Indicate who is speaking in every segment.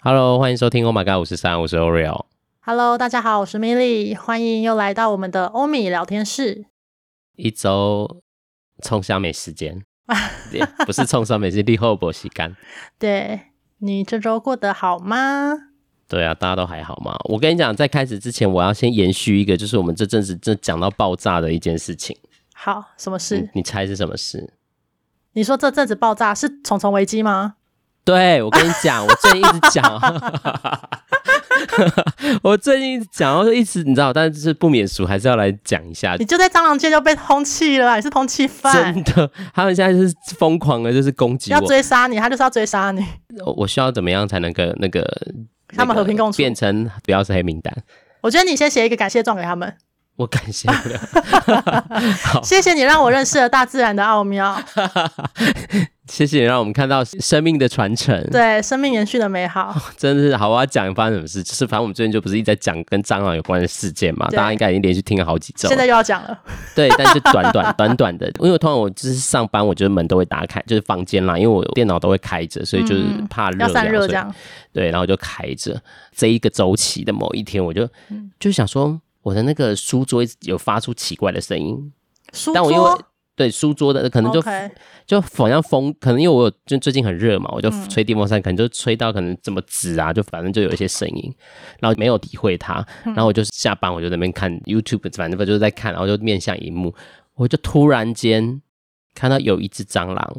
Speaker 1: Hello，欢迎收听《Oh My God》，我是三，我是 Oreo。
Speaker 2: Hello，大家好，我是 Milly，欢迎又来到我们的欧米聊天室。
Speaker 1: 一周冲香美时间，也不是冲香美，是立后博时间。
Speaker 2: 对你这周过得好吗？
Speaker 1: 对啊，大家都还好吗？我跟你讲，在开始之前，我要先延续一个，就是我们这阵子正讲到爆炸的一件事情。
Speaker 2: 好，什么事？
Speaker 1: 你你猜是什么事？
Speaker 2: 你说这阵子爆炸是虫虫危机吗？
Speaker 1: 对，我跟你讲，我最近一直讲， 我最近一直讲，然后一直你知道，但是不免俗，还是要来讲一下
Speaker 2: 你。就在蟑螂界就被通气了啊，你是通气犯
Speaker 1: 真，的，他们现在就是疯狂的，就是攻击
Speaker 2: 要
Speaker 1: 我。
Speaker 2: 追杀你，他就是要追杀你。
Speaker 1: 我我需要怎么样才能够那个
Speaker 2: 他们
Speaker 1: 那个
Speaker 2: 和平共处
Speaker 1: 变成不要是黑名单？
Speaker 2: 我觉得你先写一个感谢状给他们，
Speaker 1: 我感谢不了，
Speaker 2: 谢谢你让我认识了大自然的 奥妙，
Speaker 1: 谢谢你让我们看到生命的传承。
Speaker 2: 对生命延续的美好。
Speaker 1: 真的是好，我要讲发生什么事，就是反正我们最近就不是一直在讲跟蟑螂有关的事件嘛，
Speaker 2: 对
Speaker 1: 大家应该已经连续听了好几周了。
Speaker 2: 现在又要讲了，
Speaker 1: 对，但是短短 短短的，因为我通常我就是上班，我觉得门都会打开，就是房间啦，因为我电脑都会开着，所以就是
Speaker 2: 嗯
Speaker 1: 怕热、
Speaker 2: 要散热
Speaker 1: 所以
Speaker 2: 这样。
Speaker 1: 对，然后我就开着这一个周期的某一天，我就、
Speaker 2: 嗯
Speaker 1: 就想说，我的那个书桌一直有发出奇怪的声音，
Speaker 2: 书
Speaker 1: 但我因为
Speaker 2: 桌
Speaker 1: 对书桌的可能就
Speaker 2: OK，
Speaker 1: 就好像风，可能因为我有就最近很热嘛，我就
Speaker 2: 嗯
Speaker 1: 吹电风扇，可能就吹到可能怎么纸啊，就反正就有一些声音，然后没有理会它，
Speaker 2: 嗯
Speaker 1: 然后我就下班我就在那边看 YouTube，反正就是在看，然后就面向荧幕，我就突然间看到有一只蟑 螂，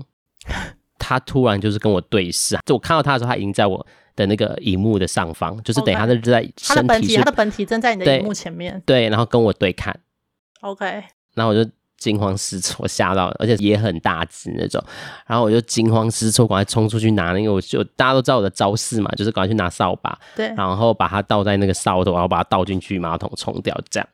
Speaker 1: 它突然就是跟我对视，啊就我看到它的时候，它已经在我的那个荧幕的上方，就是等于它是在
Speaker 2: 它的
Speaker 1: 身
Speaker 2: 本
Speaker 1: 体
Speaker 2: 体，
Speaker 1: 是
Speaker 2: 它的本体正在你的
Speaker 1: 对
Speaker 2: 荧幕前面。
Speaker 1: 对，然后跟我对看，
Speaker 2: OK，
Speaker 1: 然后我就惊慌失措， 吓到，而且也很大只那种。然后我就惊慌失措，赶快冲出去拿那个，我就大家都知道我的招式嘛，就是赶快去拿扫把，
Speaker 2: 对，
Speaker 1: 然后把它倒在那个扫帚，然后把它倒进去马桶冲掉，这样。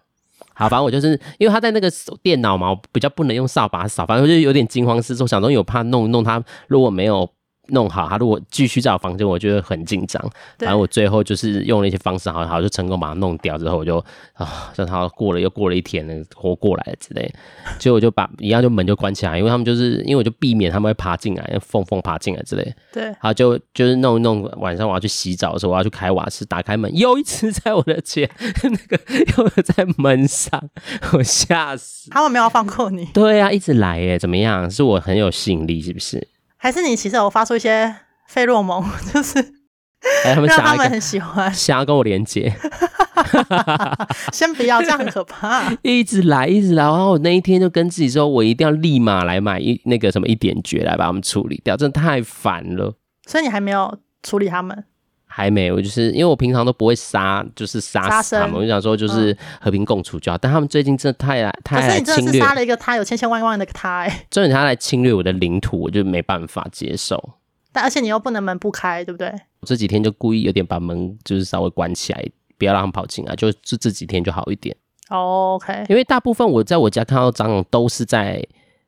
Speaker 1: 好，反正我就是因为他在那个电脑嘛，我比较不能用扫把扫，反正我就有点惊慌失措，想说有怕弄弄他，如果没有弄好，他如果继续在我房间，我就会很紧张。
Speaker 2: 对
Speaker 1: 反正我最后就是用了一些方式，好好就成功把它弄掉之后，我就啊，让它过了又过了一天了，活过来了之类的。结果我就把一样就门就关起来，因为他们就是因为我就避免他们会爬进来，缝缝爬进来之类的。
Speaker 2: 对，
Speaker 1: 好，就就是弄一弄，晚上我要去洗澡的时候，我要去开瓦斯，打开门，又一只在我的前 那个又在门上，我吓死。
Speaker 2: 他们没有放过你。
Speaker 1: 对啊，一直来耶，怎么样？是我很有吸引力，是不是？
Speaker 2: 还是你其实有发出一些费洛蒙， 就是
Speaker 1: 哎，他们
Speaker 2: 让
Speaker 1: 想
Speaker 2: 他
Speaker 1: 要
Speaker 2: 们
Speaker 1: 跟
Speaker 2: 很 喜欢。
Speaker 1: 想要跟我连接，
Speaker 2: 先不要，这样很可怕。
Speaker 1: 一直来，一直来。然后我那一天就跟自己说，我一定要立马来买一那个什么一点绝来把他们处理掉，真的太烦了。
Speaker 2: 所以你还没有处理他们。
Speaker 1: 还没，我就是因为我平常都不会杀，就是杀
Speaker 2: 杀
Speaker 1: 死他
Speaker 2: 生嗯
Speaker 1: 们。我就想说，就是和平共处就好。但他们最近真的太来
Speaker 2: 可
Speaker 1: 太
Speaker 2: 是
Speaker 1: 来
Speaker 2: 你真
Speaker 1: 侵
Speaker 2: 的是
Speaker 1: 略
Speaker 2: 杀了一个他，有千千万万的他、欸，
Speaker 1: 重点他来侵略我的领土，我就没办法接受。
Speaker 2: 但而且你又不能门不开，对不对？
Speaker 1: 我这几天就故意有点把门就是稍微关起来，不要让他们跑进来，就这这几天就好一点。
Speaker 2: o 哦 OK，
Speaker 1: 因为大部分我在我家看到蟑螂都是在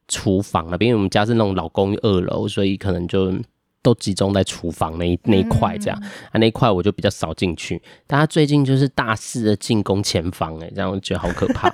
Speaker 1: 厨房那边，因为我们家是那种老公寓二楼，所以可能就都集中在厨房
Speaker 2: 嗯
Speaker 1: 那一那一块这样。啊，那一块我就比较少进去。但他最近就是大肆的进攻前方、欸，哎，让我觉得好可 怕。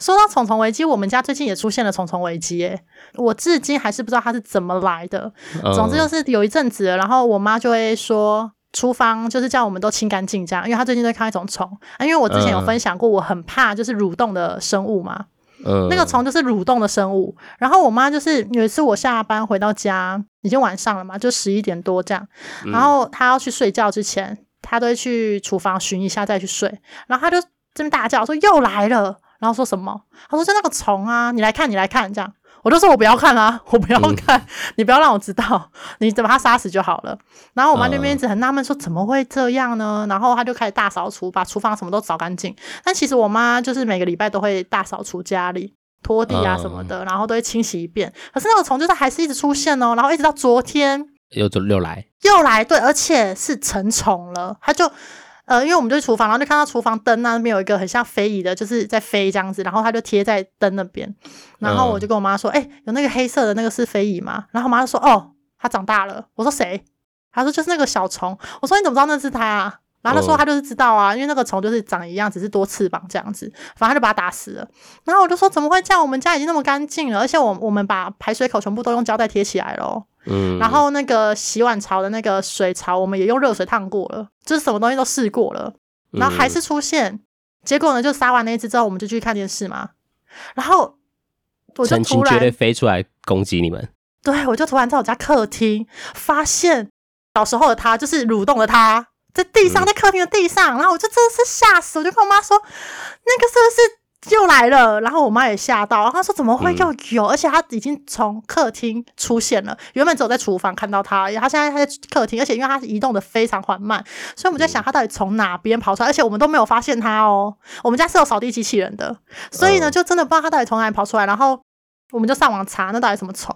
Speaker 2: 说到虫虫危机，我们家最近也出现了虫虫危机、欸，我至今还是不知道它是怎么来的。总之
Speaker 1: 嗯
Speaker 2: 就是有一阵子了，然后我妈就会说。厨房就是叫我们都清干净这样，因为她最近在看一种虫啊，因为我之前有
Speaker 1: 嗯
Speaker 2: 分享过，我很怕就是蠕动的生物嘛，
Speaker 1: 嗯
Speaker 2: 那个虫就是蠕动的生物。然后我妈就是有一次我下班回到家，已经晚上了嘛，就十一点多这样。然后她要去睡觉之前，她都会去厨房巡一下再去睡。然后她就这边大叫说又来了，然后说什么？她说就那个虫啊，你来看，你来看这样。我就说我不要看啦、啊我不要看，你不要让我知道，你把它杀死就好了。然后我妈那边一直很纳闷说怎么会这样呢？然后她就开始大扫除，把厨房什么都扫干净。但其实我妈就是每个礼拜都会大扫除家里。拖地啊什么的，然后都会清洗一遍。可是那个虫就是还是一直出现哦，然后一直到昨天
Speaker 1: 又走又来，
Speaker 2: 又来，对，而且是成虫了，它就。呃，因为我们就去厨房，然后就看到厨房灯那边有一个很像飞蚁的，就是在飞这样子，然后它就贴在灯那边，然后我就跟我妈说：“哎、有那个黑色的那个是飞蚁吗？”然后我妈就说：“哦，它长大了。”我说：“谁？”她说：“就是那个小虫。”我说：“你怎么知道那是它、啊？”然后她说：“
Speaker 1: 嗯
Speaker 2: 她就是知道啊，因为那个虫就是长一样，只是多翅膀这样子。”反正她就把它打死了。然后我就说：“怎么会这样？我们家已经那么干净了，而且我我们把排水口全部都用胶带贴起来了哦。
Speaker 1: 嗯，
Speaker 2: 然后那个洗碗槽的那个水槽，我们也用热水烫过了，就是什么东西都试过了，然后还是出
Speaker 1: 嗯
Speaker 2: 现。结果呢，就杀完那一只之后，我们就去看电视嘛。然后我就
Speaker 1: 成
Speaker 2: 突
Speaker 1: 群绝对
Speaker 2: 然，
Speaker 1: 飞出来攻击你们，
Speaker 2: 对我就突然在我家客厅发现小时候的他，就是蠕动的他，在地上，
Speaker 1: 嗯
Speaker 2: 在客厅的地上。然后我就真的是吓死，我就跟我妈说，那个是不是又来了？然后我妈也吓到，然后她说怎么会
Speaker 1: 嗯
Speaker 2: 又有？而且他已经从客厅出现了，原本只有在厨房看到他，他现在他在客厅，而且因为他移动的非常缓慢，所以我们就在
Speaker 1: 嗯
Speaker 2: 想他到底从哪边跑出来，而且我们都没有发现他哦。我们家是有扫地机器人的，所以呢，
Speaker 1: 哦
Speaker 2: 就真的不知道他到底从哪里跑出来。然后我们就上网查那到底什么虫，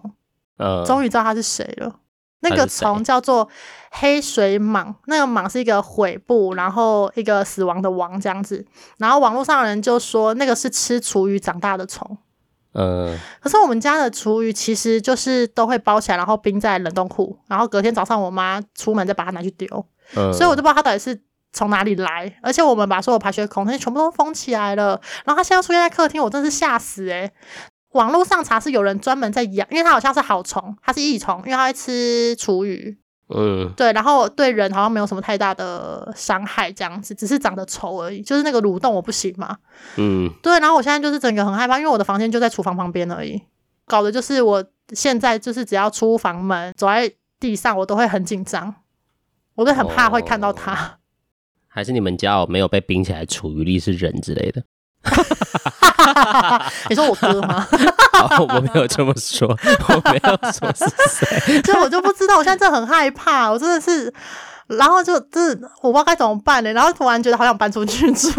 Speaker 1: 呃，
Speaker 2: 终于知道它是谁了。那个
Speaker 1: 它是谁
Speaker 2: 虫叫做黑水蟒，那个蟒是一个悔部，然后一个死亡的亡这样子。然后网络上的人就说那个是吃厨余长大的虫，
Speaker 1: 呃，
Speaker 2: 可是我们家的厨余其实就是都会包起来，然后冰在冷冻库，然后隔天早上我妈出门再把它拿去丢，
Speaker 1: 呃
Speaker 2: 所以我都不知道它到底是。从哪里来？而且我们把所有排水孔那些全部都封起来了，然后它现在出现在客厅，我真是吓死诶、网络上查是有人专门在养，因为它好像是好虫，它是益虫，因为它会吃厨余，
Speaker 1: 嗯
Speaker 2: 对，然后对人好像没有什么太大的伤害，这样子，只是长得丑而已，就是那个蠕动我不行嘛。
Speaker 1: 嗯，
Speaker 2: 对，然后我现在就是整个很害怕，因为我的房间就在厨房旁边而已，搞的就是我现在就是只要出房门走在地上，我都会很紧张，我都很怕会看到它。
Speaker 1: 还是你们家有没有被冰起来处余力是人之 类的？
Speaker 2: 你说我哥吗？
Speaker 1: 好我没有这么说， 我没有说是谁。
Speaker 2: 所以我就不知道，我现在真的很害怕，我真的是，然后就这我不知道该怎么办呢，然后突然觉得好想搬出去住，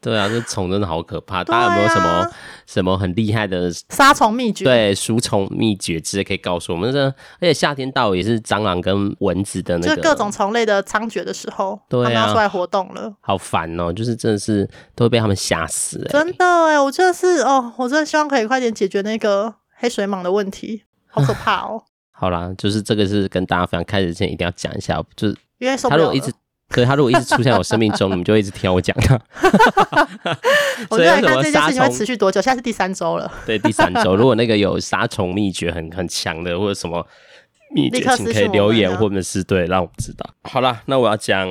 Speaker 1: 对啊，这虫真的好可怕。
Speaker 2: 对
Speaker 1: 大
Speaker 2: 啊
Speaker 1: 家有没有什么什么很厉害的
Speaker 2: 杀虫秘诀。
Speaker 1: 对除虫秘诀之类可以告诉我们？这而且夏天到也是蟑螂跟蚊子的那
Speaker 2: 就
Speaker 1: 个
Speaker 2: 各种虫类的猖獗的时候，
Speaker 1: 对啊
Speaker 2: 他们要出来活动了，
Speaker 1: 好烦哦，就是真的是都会被他们吓死、欸。
Speaker 2: 真的哎，我真的是哦，我真的希望可以快点解决那个黑水蟒的问题，好可怕 哦，
Speaker 1: 好啦，就是这个是跟大家分享，开始之前一定要讲一下，就是
Speaker 2: 因为受不
Speaker 1: 他如
Speaker 2: 了
Speaker 1: 果
Speaker 2: 了
Speaker 1: 一直。对他如果一直出现在我生命中，你们就会一直听到我讲他。
Speaker 2: 我
Speaker 1: 所
Speaker 2: 就
Speaker 1: 以为
Speaker 2: 来
Speaker 1: 什
Speaker 2: 看
Speaker 1: 么
Speaker 2: 这件
Speaker 1: 杀
Speaker 2: 事情会
Speaker 1: 虫
Speaker 2: 持续多久，现在是第三周了，
Speaker 1: 对，第三周，如果那个有杀虫秘诀很很强的，或者什么秘诀
Speaker 2: 立，刻
Speaker 1: 请
Speaker 2: 私
Speaker 1: 可以
Speaker 2: 讯我
Speaker 1: 留
Speaker 2: 们
Speaker 1: 言
Speaker 2: 啊
Speaker 1: 或者是对，让我们知道。好啦，那我要讲，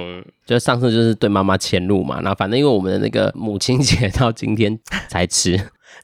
Speaker 1: 就上次就是对妈妈迁怒嘛，然后反正因为我们的那个母亲节到今天才吃，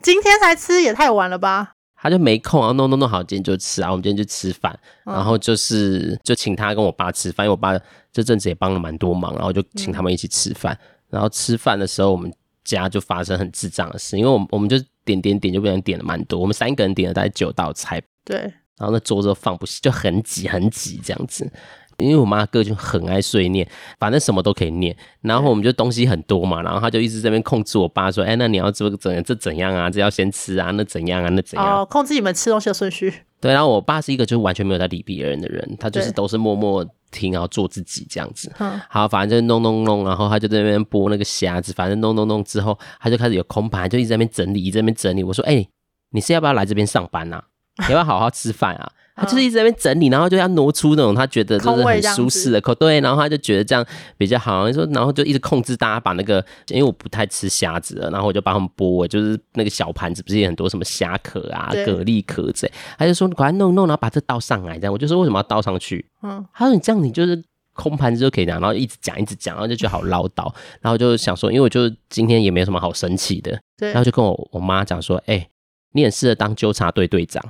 Speaker 2: 今天才吃也太晚了吧？
Speaker 1: 她就没空啊，弄弄弄好，今天就吃啊，我们今天就吃饭，
Speaker 2: 嗯
Speaker 1: 然后就是就请她跟我爸吃饭，因为我爸这阵子也帮了蛮多忙，然后就请他们一起吃饭，然后吃饭的时候我们。家就发生很智障的事，因为我们我们就点点点就被人点了蛮多，我们三个人点了大概九道菜
Speaker 2: 对，
Speaker 1: 然后那桌子都放不下，就很挤很挤这样子。因为我妈哥就很爱碎念，反正什么都可以念。然后我们就东西很多嘛，然后她就一直在那边控制我爸说：“哎，那你要这个怎样？这怎样啊？这要先吃啊？那怎样啊？那怎样？”
Speaker 2: 哦，控制你们吃东西的顺序，
Speaker 1: 对，然后我爸是一个就是完全没有在理别人的人，他就是
Speaker 2: 对
Speaker 1: 都是默默听，然后做自己这样子。
Speaker 2: 嗯
Speaker 1: 好，反正就弄弄弄，然后他就在那边剥那个虾子，反正弄弄弄之后，他就开始有空盘，就一直在那边整理，一直在那边整理。我说：“哎、你是要不要来这边上班啊？ 你要不要好好吃饭啊？”他就是一直在那边整理，然后就要挪出那种他觉得就
Speaker 2: 嗯空
Speaker 1: 是
Speaker 2: 位
Speaker 1: 很
Speaker 2: 这样
Speaker 1: 舒
Speaker 2: 子
Speaker 1: 适的口对，然后他就觉得这样比较好。然后说，然后就一直控制大家把那个，因为我不太吃虾子了，然后我就帮他们剥，就是那个小盘子不是也很多什么虾壳啊、
Speaker 2: 对
Speaker 1: 蛤蜊壳之类，他就说赶快弄弄，然后把这倒上来，这样我就说为什么要倒上去？
Speaker 2: 嗯，
Speaker 1: 他说你这样你就是空盘子就可以拿，然后一直讲一直讲，然后就觉得好唠叨，然后就想说，因为我就今天也没有什么好生气的，
Speaker 2: 对
Speaker 1: 然后就跟我我妈讲说，哎、你很适合当纠察队队 长。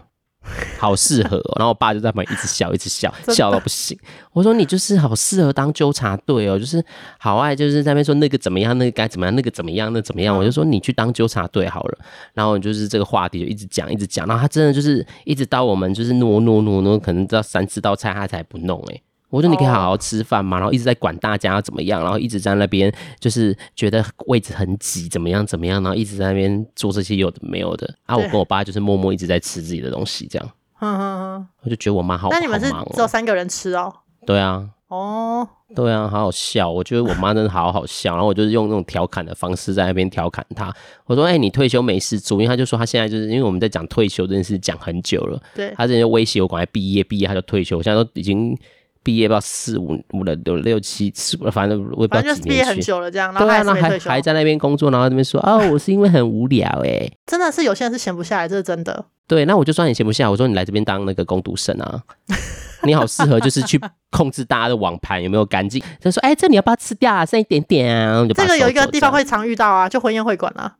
Speaker 1: 好适合、哦，然后我爸就在旁边一直笑，一直 笑，
Speaker 2: 的
Speaker 1: 笑到不行。我说你就是好适合当纠察队哦，就是好爱，就是在那边说那个怎么样，那个该怎么样，那个怎么样，那怎么
Speaker 2: 嗯
Speaker 1: 样。我就说你去当纠察队好了。然后就是这个话题就一直讲，一直讲，然后他真的就是一直到我们就是挪挪挪挪，可能到三四道菜他才不弄哎、欸我说你可以好
Speaker 2: 哦
Speaker 1: 好吃饭嘛然后一直在管大家要怎么样，然后一直在那边就是觉得位置很挤，怎么样怎么样，然后一直在那边做这些有的没有的啊。我
Speaker 2: 对
Speaker 1: 跟我爸就是默默一直在吃自己的东西，这样
Speaker 2: 哼哼
Speaker 1: 我就觉得我妈好
Speaker 2: 哼。嗯那你们是
Speaker 1: 好忙
Speaker 2: 只有
Speaker 1: 哦。
Speaker 2: 三个人吃哦？
Speaker 1: 对啊，
Speaker 2: 哦，
Speaker 1: 对啊，好好笑。我觉得我妈真的好好笑，然后我就是用那种调侃的方式在那边调侃她。我说：“哎、你退休没事做？”因为她就说她现在就是因为我们在讲退休这件事讲很久了，
Speaker 2: 对，
Speaker 1: 他之前就威胁我，赶快毕业，毕业他就退休。我现在都已经毕业不知道四五五了六六七四，反正我也不
Speaker 2: 反
Speaker 1: 知道
Speaker 2: 正就是
Speaker 1: 几
Speaker 2: 毕业
Speaker 1: 年
Speaker 2: 很
Speaker 1: 去。
Speaker 2: 久了，这样，然后
Speaker 1: 对啊，
Speaker 2: 他还是
Speaker 1: 那
Speaker 2: 没
Speaker 1: 还
Speaker 2: 退休，
Speaker 1: 还在那边工作，然后在那边说哦，我是因为很无聊哎、啊
Speaker 2: 真的是有些人是闲不下来，这是真的。
Speaker 1: 对，那我就说你闲不下，我说你来这边当那个工读生 啊，你好适合就是去控制大家的网盘有没有干净。他说，哎、这你要不要吃掉啊？剩一点点啊，然后就把
Speaker 2: 这
Speaker 1: 它
Speaker 2: 个有
Speaker 1: 收
Speaker 2: 一个
Speaker 1: 走
Speaker 2: 地方
Speaker 1: 这样
Speaker 2: 会常遇到啊，就婚宴会馆 啊。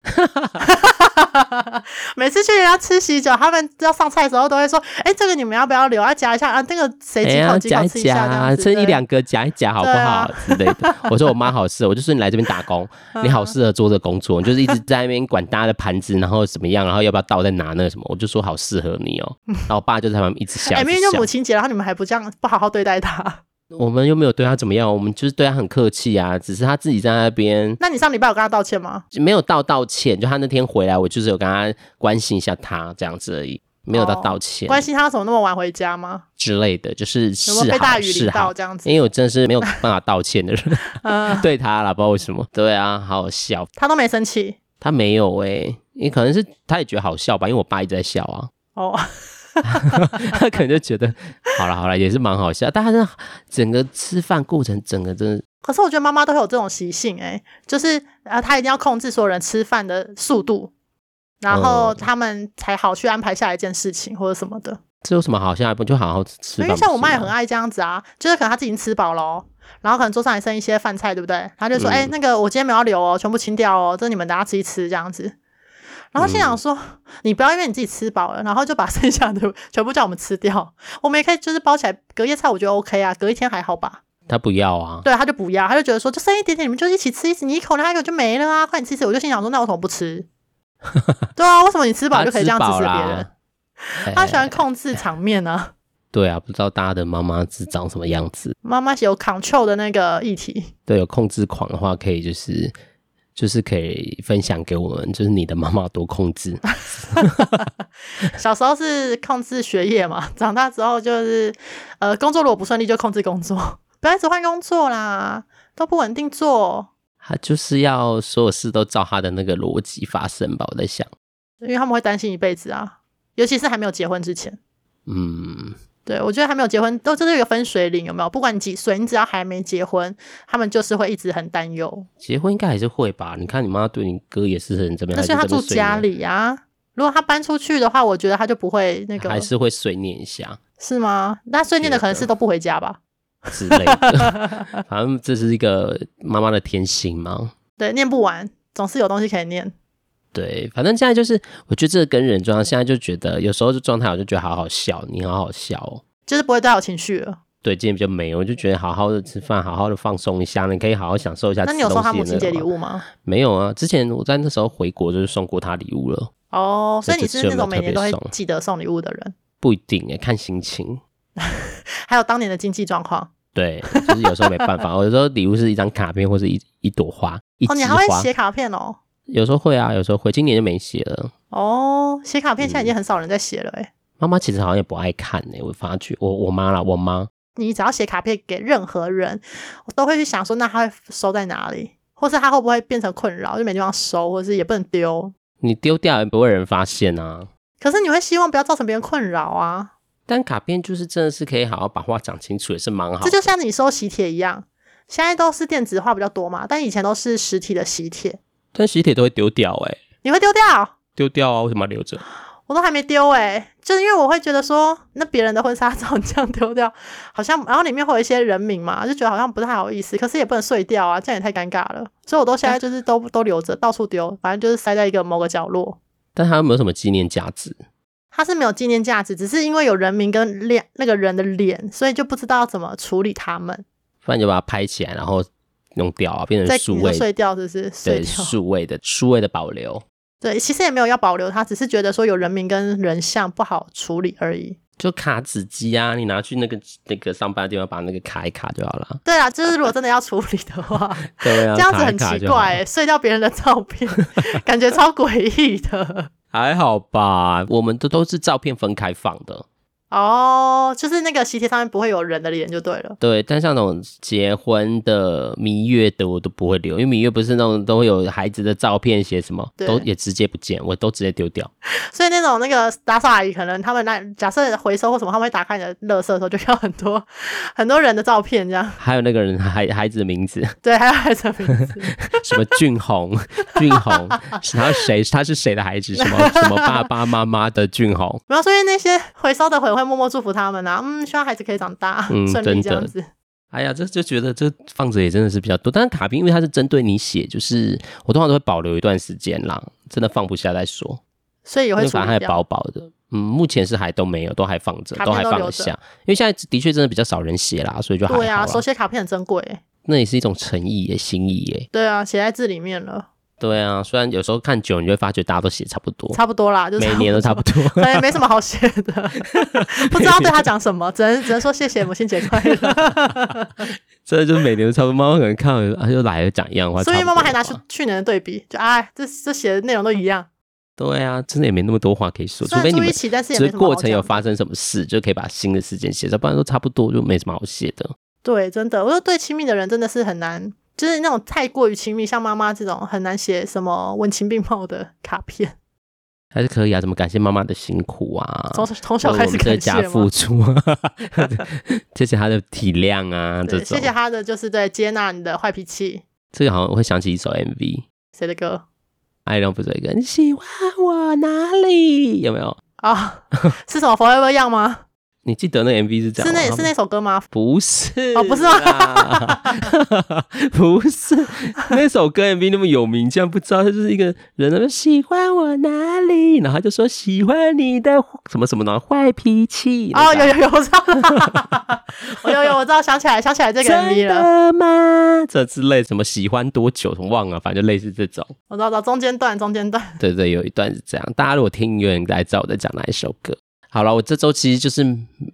Speaker 2: 每次去人家吃喜酒，他们要上菜的时候都会说：“哎、这个你们要不要留啊？夹一下啊，那个谁
Speaker 1: 哎
Speaker 2: 几口
Speaker 1: 呀，
Speaker 2: 几口
Speaker 1: 夹一
Speaker 2: 吃下，这
Speaker 1: 夹，
Speaker 2: 样子。
Speaker 1: 吃一
Speaker 2: 对
Speaker 1: 两个夹一夹好不
Speaker 2: 对
Speaker 1: 好
Speaker 2: 啊
Speaker 1: 之类 的。我说我妈好适合，我就说你来这边打工，
Speaker 2: 嗯
Speaker 1: 你好适合做这个工作，你就是一直在那边管大家的盘子，然后怎么样，然后要不要倒再拿那个什么，我就说好适合你 哦。然后我爸就在旁边一直笑，
Speaker 2: 哎，
Speaker 1: 一直
Speaker 2: 明明就
Speaker 1: 笑
Speaker 2: 母亲节，然后你们还不这样不好好对待他。
Speaker 1: 我们又没有对他怎么样，我们就是对他很客气啊，只是他自己在那边
Speaker 2: 那你上礼拜有跟他道歉吗？
Speaker 1: 没有到道歉，就他那天回来，我就是有跟他关心一下他这样子而已，没有到
Speaker 2: 哦
Speaker 1: 道歉
Speaker 2: 关心他怎么那么晚回家吗？
Speaker 1: 之类的，就是啊
Speaker 2: 有没
Speaker 1: 示
Speaker 2: 有被大
Speaker 1: 好
Speaker 2: 雨淋
Speaker 1: 示好
Speaker 2: 到。这样子？
Speaker 1: 因为我真的是没有办法道歉的人，
Speaker 2: 嗯，
Speaker 1: 对他啦，不知道为什么。对啊，好好笑，
Speaker 2: 他都没生气
Speaker 1: 他没有诶、也可能是他也觉得好笑吧，因为我爸一直在笑啊，
Speaker 2: 哦。
Speaker 1: 他可能就觉得好了好了，也是蛮好笑。但他是整个吃饭过程，整个真的
Speaker 2: 可是我觉得妈妈都会有这种习性、欸，就是啊，她一定要控制所有人吃饭的速度，然后
Speaker 1: 嗯
Speaker 2: 他们才好去安排下一件事情或者什么的。
Speaker 1: 这有什么好笑？不就好好吃
Speaker 2: 因
Speaker 1: 饭？
Speaker 2: 为像我妈也
Speaker 1: 不是吗
Speaker 2: 很爱这样子啊，就是可能她自己已经吃饱了哦、然后可能桌上还剩一些饭菜，对不对？她就说：“
Speaker 1: 嗯
Speaker 2: 哎、那个我今天没有要留哦，全部清掉哦，这你们大家吃一吃这样子。”
Speaker 1: 嗯
Speaker 2: 然后心想说：“你不要因为你自己吃饱了，然后就把剩下的 全部叫我们吃掉。我们也可以就是包起来隔夜菜，我觉得 OK 啊，隔一天还好吧。”
Speaker 1: 他不要啊，
Speaker 2: 对，他就不要，他就觉得说就剩一点点，你们就一起吃一吃，你一口，他一口就没了啊，快点吃一吃。我就心想说，那我怎么 不吃？对啊，为什么你吃饱就可以这样指
Speaker 1: 他
Speaker 2: 使
Speaker 1: 吃饱
Speaker 2: 别人？
Speaker 1: 啦。
Speaker 2: 他喜
Speaker 1: 哎
Speaker 2: 欢控制场面啊。
Speaker 1: 对啊，不知道大家的妈妈是长什么样子。
Speaker 2: 妈妈有 control 的那个议题，
Speaker 1: 对，有控制狂的话，可以就是就是可以分享给我们，就是你的妈妈多控制。
Speaker 2: 小时候是控制学业嘛，长大之后就是呃，工作如果不顺利就控制工作，不要一直换工作啦，都不稳定做，
Speaker 1: 她就是要所有事都照她的那个逻辑发生吧。我在想，
Speaker 2: 因为他们会担心一辈子啊，尤其是还没有结婚之前。
Speaker 1: 嗯，
Speaker 2: 对，我觉得还没有结婚，都这是一个分水岭，有没有？不管你几岁，你只要还没结婚，他们就是会一直很担忧。
Speaker 1: 结婚应该还是会吧？你看你妈对你哥也是很怎么样，
Speaker 2: 但是他
Speaker 1: 还是这
Speaker 2: 住
Speaker 1: 么碎念
Speaker 2: 家，里啊，如果他搬出去的话，我觉得他就不会那个，
Speaker 1: 还是会碎念一下
Speaker 2: 是吗？那碎念的
Speaker 1: 觉
Speaker 2: 可能是
Speaker 1: 得
Speaker 2: 都不回家吧？
Speaker 1: 之类的。 反正这是一个妈妈的天性嘛。
Speaker 2: 对，念不完，总是有东西可以念。
Speaker 1: 对，反正现在就是，我觉得这个跟人状态，现在就觉得有时候就状态，我就觉得好好笑，你好好笑哦。
Speaker 2: 就是不会带有情绪了。
Speaker 1: 对，今天比较美，我就觉得好好的吃饭，好好的放松一下，你可以好好享受一下。
Speaker 2: 那你有送他母亲节礼？物吗？
Speaker 1: 没有啊，之前我在那时候回国就是送过他礼物了，
Speaker 2: 哦，所以
Speaker 1: 那
Speaker 2: 你
Speaker 1: 这
Speaker 2: 是
Speaker 1: 次有
Speaker 2: 那
Speaker 1: 没有
Speaker 2: 种每
Speaker 1: 特
Speaker 2: 年
Speaker 1: 别
Speaker 2: 都会
Speaker 1: 送
Speaker 2: 记得送礼物的人，
Speaker 1: 不一定诶、看心情。
Speaker 2: 还有当年的经济状况。
Speaker 1: 对，就是有时候没办 法，我哦有时候礼物是一张卡片或是一一朵花，一枝
Speaker 2: 哦，你还会
Speaker 1: 花。
Speaker 2: 写卡片哦？
Speaker 1: 有时候会啊，有时候会，今年就没写了。
Speaker 2: 哦，写卡片现在已经很少人在写了、欸，
Speaker 1: 妈妈其实好像也不爱看诶、我发觉我我妈啦，我妈
Speaker 2: 你只要写卡片给任何人，我都会去想说，那他会收在哪里，或是他会不会变成困扰，就没地方收，或是也不能丢。
Speaker 1: 你丢掉也不会有人发现啊。
Speaker 2: 可是你会希望不要造成别人困扰啊，
Speaker 1: 但卡片就是真的是可以好好把话讲清楚，也是蛮好
Speaker 2: 这
Speaker 1: 的。
Speaker 2: 就像你收喜帖一样，现在都是电子化比较多嘛，但以前都是实体的喜帖，
Speaker 1: 但喜帖都会丢掉诶、
Speaker 2: 你会丢掉？
Speaker 1: 丢掉啊，为什么要留着？
Speaker 2: 我都还没丢哎、就是因为我会觉得说，那别人的婚纱照你 这样丢掉，好像然后里面会有一些人名嘛，就觉得好像不太好意思，可是也不能碎掉啊，这样也太尴尬了，所以我都现在就是都都留着，到处丢，反正就是塞在一个某个角落。
Speaker 1: 但它有没有什么纪念价值？
Speaker 2: 它是没有纪念价值，只是因为有人名跟脸那个人的脸，所以就不知道怎么处理他们。
Speaker 1: 不然就把它拍起来，然后弄掉啊，变
Speaker 2: 在
Speaker 1: 成数
Speaker 2: 你说
Speaker 1: 位，
Speaker 2: 碎掉是不是？碎
Speaker 1: 对
Speaker 2: 掉。
Speaker 1: 数位的数位的保留，
Speaker 2: 对，其实也没有要保留它，只是觉得说有人名跟人像不好处理而已。
Speaker 1: 就卡纸机啊，你拿去那个那个上班的地方把那个卡一卡就好了。
Speaker 2: 对啊，就是如果真的要处理的话，
Speaker 1: 对啊，
Speaker 2: 这样子很
Speaker 1: 卡一卡
Speaker 2: 奇
Speaker 1: 就好
Speaker 2: 怪、欸，碎掉别人的照片，感觉超诡异的。
Speaker 1: 还好吧？我们都都是照片分开放的，
Speaker 2: 哦，就是那个喜帖上面不会有人的脸就对了。
Speaker 1: 对，但像那种结婚的蜜月的我都不会留，因为蜜月不是那种都会有孩子的照片，写什么
Speaker 2: 对
Speaker 1: 都也直接不见，我都直接丢掉。
Speaker 2: 所以那种那个打扫阿姨，可能他们那假设回收或什么，他们会打开你的垃圾的时候，就看到很多很多人的照片，这样
Speaker 1: 还有那个人孩孩子的名字，
Speaker 2: 对，还有孩子的名字，
Speaker 1: 什么俊宏，俊宏，然后谁他是谁的孩子，什么什么爸爸妈妈的俊宏，
Speaker 2: 然后所以那些回收的会会默默祝福他们啊，嗯，希望孩子可以长大
Speaker 1: 嗯
Speaker 2: 顺
Speaker 1: 真
Speaker 2: 利这
Speaker 1: 的
Speaker 2: 样子。
Speaker 1: 哎呀，这就觉得这放着也真的是比较多，但是卡片因为它是针对你写，就是我通常都会保留一段时间啦，真的放不下再说，
Speaker 2: 所以也
Speaker 1: 因
Speaker 2: 会
Speaker 1: 为
Speaker 2: 处
Speaker 1: 反正还
Speaker 2: 理
Speaker 1: 薄
Speaker 2: 掉。
Speaker 1: 薄的。嗯，目前是还都没有，都还放着，
Speaker 2: 卡片
Speaker 1: 还
Speaker 2: 都
Speaker 1: 放
Speaker 2: 留
Speaker 1: 得
Speaker 2: 着
Speaker 1: 下。因为现在的确真的比较少人写啦，所以就还好
Speaker 2: 对啊，
Speaker 1: 啦。
Speaker 2: 手写卡片很珍贵欸。
Speaker 1: 那也是一种诚意耶，心意耶。
Speaker 2: 对啊，写在字里面了，
Speaker 1: 对啊，虽然有时候看久，你就会发觉大家都写差不多，
Speaker 2: 差不多啦，就
Speaker 1: 每年都差不
Speaker 2: 多。
Speaker 1: 多。
Speaker 2: 所以没什么好写的，不知道对他讲什么，只能只能说谢谢母亲节快 乐。
Speaker 1: 真的就是每年都差不多。妈妈可能看完啊，又来了讲一样话，
Speaker 2: 所以
Speaker 1: 差不多
Speaker 2: 妈妈还拿
Speaker 1: 吧
Speaker 2: 出去年的对比，就哎，这这写的内容都一样，
Speaker 1: 对啊，真的也没那么多话可以说，
Speaker 2: 虽
Speaker 1: 除
Speaker 2: 然
Speaker 1: 非你
Speaker 2: 住一
Speaker 1: 们
Speaker 2: 起，但是
Speaker 1: 只
Speaker 2: 也没
Speaker 1: 是
Speaker 2: 什么好
Speaker 1: 过程有
Speaker 2: 讲
Speaker 1: 发生什么事，就可以把新的事件写上，不然都差不多，就没什么好写的。
Speaker 2: 对，真的，我说对亲密的人真的是很难，就是那种太过于亲密，像妈妈这种很难写什么文情并茂的卡片。
Speaker 1: 还是可以啊，怎么感谢妈妈的辛苦啊？
Speaker 2: 从从小
Speaker 1: 为
Speaker 2: 开
Speaker 1: 我
Speaker 2: 始
Speaker 1: 们对
Speaker 2: 感谢
Speaker 1: 家付
Speaker 2: 吗？
Speaker 1: 出啊， 谢谢她的体谅啊，这
Speaker 2: 对，
Speaker 1: 种
Speaker 2: 谢谢他的就是对接纳你的坏脾气，
Speaker 1: 这个好像我会想起一首 MV，
Speaker 2: 谁的歌
Speaker 1: 爱让不是一个你喜欢我哪里？有没有？
Speaker 2: 啊？ 是什么 Forever Young 吗？
Speaker 1: 你记得那 MV 是这
Speaker 2: 是
Speaker 1: 样吗？哦
Speaker 2: 那是那首歌吗？
Speaker 1: 不是
Speaker 2: 哦不是吗
Speaker 1: 啦， 不是那首歌 MV 那么有名，竟然不知道，就是一个人那边喜欢我哪里，然后他就说喜欢你的什么什么的坏脾气
Speaker 2: 哦，有有有，我知道了， 我有有我知道，想起来想起来这
Speaker 1: 这
Speaker 2: 个 MV 了，
Speaker 1: 真的吗？这之类什么喜欢多久，什么忘了，反正就类似这种。
Speaker 2: 我知道，我知道中间段中间段，
Speaker 1: 对对，有一段是这样。大家如果听音乐，应该知道我在讲哪一首歌。好了，我这周其实就是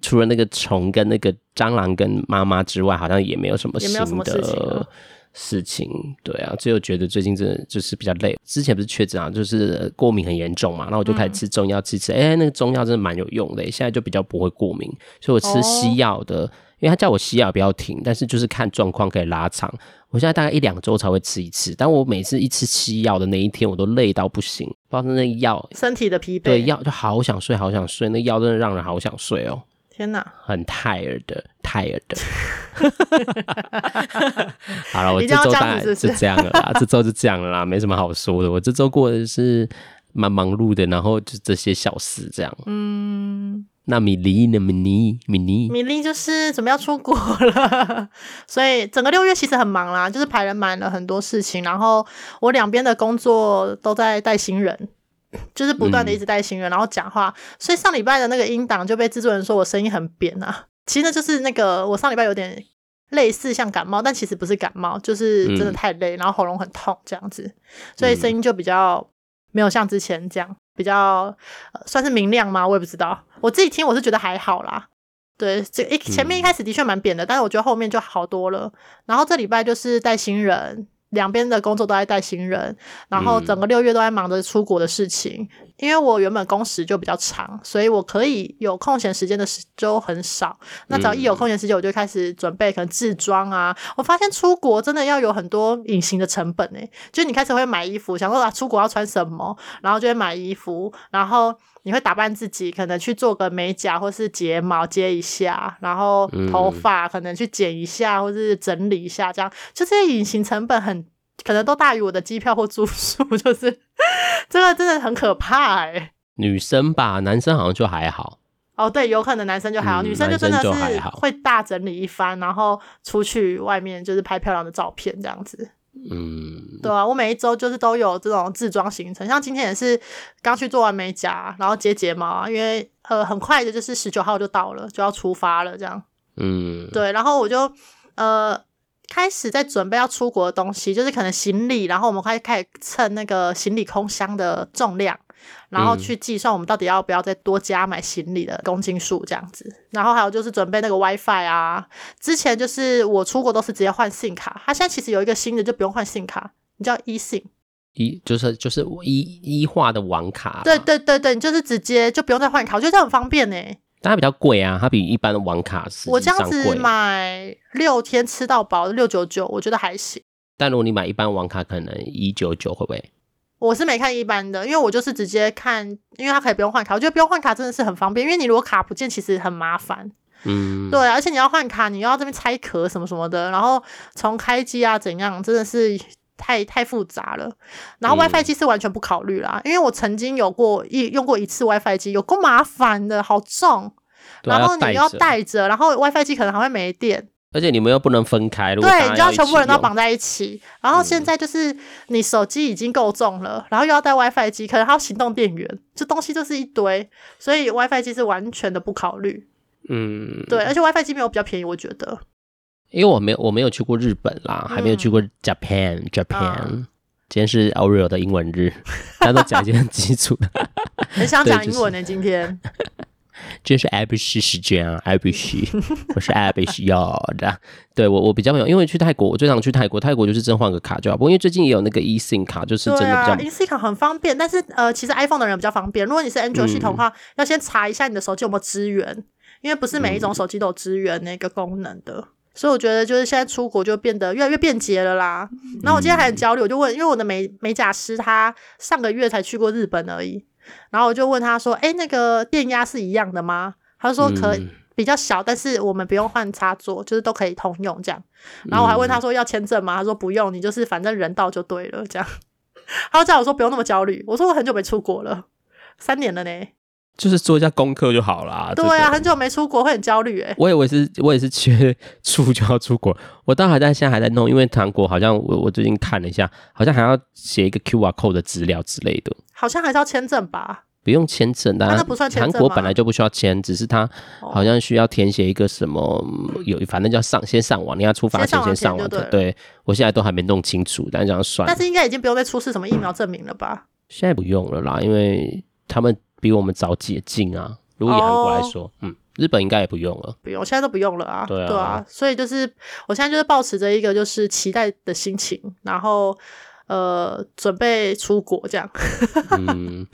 Speaker 1: 除了那个虫跟那个蟑螂跟妈妈之外，好像也没有什么
Speaker 2: 也
Speaker 1: 新
Speaker 2: 没有什么事情啊
Speaker 1: 的
Speaker 2: 了
Speaker 1: 事情。对啊，只有觉得最近真的就是比较累。之前不是确诊啊，就是过敏很严重嘛，然后我就
Speaker 2: 嗯
Speaker 1: 开始吃中药，吃吃，哎、那个中药真的蛮有用的，欸现在就比较不会过敏，所以我吃
Speaker 2: 哦
Speaker 1: 西药的。因为他叫我西药不要停，但是就是看状况可以拉长。我现在大概一两周才会吃一次，但我每次一吃西药的那一天，我都累到不行，不知道是那药
Speaker 2: 身体的疲惫，
Speaker 1: 对药就好想睡，好想睡，那药真的让人好想睡哦，
Speaker 2: 天哪，
Speaker 1: 很 tired 的 tired 的。 好了，我
Speaker 2: 一
Speaker 1: 这
Speaker 2: 定要
Speaker 1: 周
Speaker 2: 这样
Speaker 1: 大概
Speaker 2: 子是
Speaker 1: 就
Speaker 2: 不是
Speaker 1: 这样了啦， 这周就这样了啦，没什么好说的。我这周过的是蛮忙碌的，然后就这些小事这样。
Speaker 2: 嗯，
Speaker 1: 那米妮呢？米妮，米妮，
Speaker 2: 米粒就是准备要出国了，所以整个六月其实很忙啦，就是排了满了很多事情，然后我两边的工作都在带新人。 就是不断的一直带新人，然后讲话，所以上礼拜的那个音档就被制作人说我声音很扁啊。其实那就是那个我上礼拜有点类似像感冒，但其实不是感冒，就是真的
Speaker 1: 嗯
Speaker 2: 太累，然后喉咙很痛这样子，所以声音就比较没有像之前这样比较、呃算是明亮吗？我也不知道，我自己听我是觉得还好啦。对，这一前面一开始的确蛮扁的，但是我觉得后面就好多了。然后这礼拜就是带新人，两边的工作都在带新人，然后整个六月都在忙着出国的事情。因为我原本工时就比较长，所以我可以有空闲时间的时就很少。那只要一有空闲时间，我就开始准备可能制装啊。我发现出国真的要有很多隐形的成本诶、欸就是你开始会买衣服，想说啊出国要穿什么，然后就会买衣服，然后你会打扮自己，可能去做个美甲或是睫毛接一下，然后
Speaker 1: 嗯
Speaker 2: 头发可能去剪一下或是整理一下，这样就这些隐形成本很可能都大于我的机票或住宿， 就是这个真的很可怕哎、
Speaker 1: 女生吧，男生好像就还好。
Speaker 2: 哦，对，有可能男生就还好，
Speaker 1: 嗯
Speaker 2: 女生就真的
Speaker 1: 男生
Speaker 2: 是
Speaker 1: 就还好
Speaker 2: 会大整理一番，然后出去外面就是拍漂亮的照片这样子。
Speaker 1: 嗯，
Speaker 2: 对啊，我每一周就是都有这种自装行程，像今天也是刚去做完美甲，然后接睫毛啊，因为呃很快的就是十九号就到了，就要出发了这样。
Speaker 1: 嗯，
Speaker 2: 对，然后我就呃开始在准备要出国的东西，就是可能行李，然后我们开开始称那个行李空箱的重量，然后
Speaker 1: 嗯
Speaker 2: 去计算我们到底要不要再多加买行李的公斤数这样子。然后还有就是准备那个 WiFi 啊，之前就是我出国都是直接换 SIM 卡，它现在其实有一个新的就不用换 SIM 卡，你叫 eSIM。
Speaker 1: 一就是就是一一化的网卡啦，啊
Speaker 2: 对对对对，你就是直接就不用再换卡，我觉得这样很方便呢、欸
Speaker 1: 但它比较贵啊，它比一般的网卡实
Speaker 2: 我
Speaker 1: 际
Speaker 2: 这样
Speaker 1: 上
Speaker 2: 子
Speaker 1: 贵。
Speaker 2: 买六天吃到饱六九九，我觉得还行。
Speaker 1: 但如果你买一般网卡，可能一九九会不会？
Speaker 2: 我是没看一般的，因为我就是直接看，因为它可以不用换卡。我觉得不用换卡真的是很方便，因为你如果卡不见，其实很麻烦。
Speaker 1: 嗯，
Speaker 2: 对，啊而且你要换卡，你又要这边拆壳什么什么的，然后重开机啊怎样，真的是太太复杂了。然后
Speaker 1: 嗯
Speaker 2: WiFi 机是完全不考虑啦，因为我曾经有过一用过一次 WiFi 机，有够麻烦的，好重。
Speaker 1: 对啊
Speaker 2: 然后你又
Speaker 1: 要带
Speaker 2: 要
Speaker 1: 着，
Speaker 2: 带着，然后 WiFi 机可能还会没电，
Speaker 1: 而且你们又不能分开，如果大
Speaker 2: 对，
Speaker 1: 家
Speaker 2: 你就要全部人
Speaker 1: 一起
Speaker 2: 都
Speaker 1: 用嗯
Speaker 2: 绑在一起。然后现在就是你手机已经够重了，然后又要带 WiFi 机，可能还要行动电源，这东西就是一堆，所以 WiFi 机是完全的不考虑。
Speaker 1: 嗯，
Speaker 2: 对，而且 WiFi 机没有比较便宜，我觉得。
Speaker 1: 因为我没有我没有去过日本啦，还没
Speaker 2: 嗯
Speaker 1: 有去过 Japan、Japan。今天是 Oreo 的英文日， 大家都讲一些很基础的。
Speaker 2: 很想
Speaker 1: 对
Speaker 2: 讲
Speaker 1: 就
Speaker 2: 英文呢、今天
Speaker 1: 今天是 a b c 时间啊 a b c 我是 a b c 要的。对我我比较没有，因为去泰国我最常去泰国，泰国就是真换个卡就好。不过因为最近也有那个 eSIM 卡，就是真的
Speaker 2: 对
Speaker 1: 比较
Speaker 2: 啊，INC 卡很方便，但是呃，其实 iPhone 的人比较方便。如果
Speaker 1: 嗯
Speaker 2: 你是 Android 系统的话，要先查一下你的手机有没有支援，因为不是每一种
Speaker 1: 嗯
Speaker 2: 手机都有支援那个功能的。所以我觉得就是现在出国就变得越来越便捷了啦。
Speaker 1: 嗯
Speaker 2: 然后我今天还很焦虑，我就问，因为我的美美甲师他上个月才去过日本而已，然后我就问他说：“哎、那个电压是一样的吗？”他说：“可
Speaker 1: 嗯
Speaker 2: 比较小，但是我们不用换插座，就是都可以通用这样。”然后我还
Speaker 1: 嗯
Speaker 2: 问他说要签证吗？他说不用，你就是反正人到就对了这样。 他就叫我说不用那么焦虑。我说我很久没出国了，三年了呢。
Speaker 1: 就是做一下功课就好啦。
Speaker 2: 对
Speaker 1: 啊这
Speaker 2: 啊，
Speaker 1: 种
Speaker 2: 很久没出国会很焦虑诶、欸
Speaker 1: 我以为是，我也是七月初就要 出国，我到还在现在还在弄，因为韩国好像我我最近看了一下，好像还要写一个 QR code 的资料之类的，
Speaker 2: 好像还是要签证吧？
Speaker 1: 不用签证的、
Speaker 2: 啊
Speaker 1: 啊。
Speaker 2: 那不算签证
Speaker 1: 韩
Speaker 2: 吗
Speaker 1: 国本来就不需要签，只是它
Speaker 2: 哦
Speaker 1: 好像需要填写一个什么，嗯有反正叫上先上网，你要出发前先
Speaker 2: 先上
Speaker 1: 上
Speaker 2: 网
Speaker 1: 网
Speaker 2: 填就
Speaker 1: 的。
Speaker 2: 对
Speaker 1: 对我现在都还没弄清楚，但这样算
Speaker 2: 但
Speaker 1: 了，
Speaker 2: 是应该已经不用再出示什么疫苗证明了吧？
Speaker 1: 现在不用了啦，因为他们比我们早解禁啊。如果以韩国来
Speaker 2: 哦
Speaker 1: 说，嗯，日本应该也不用了。
Speaker 2: 不用，现在都不用了啊。
Speaker 1: 对啊
Speaker 2: 所以就是我现在就是保持着一个就是期待的心情，然后呃准备出国这样。
Speaker 1: 嗯，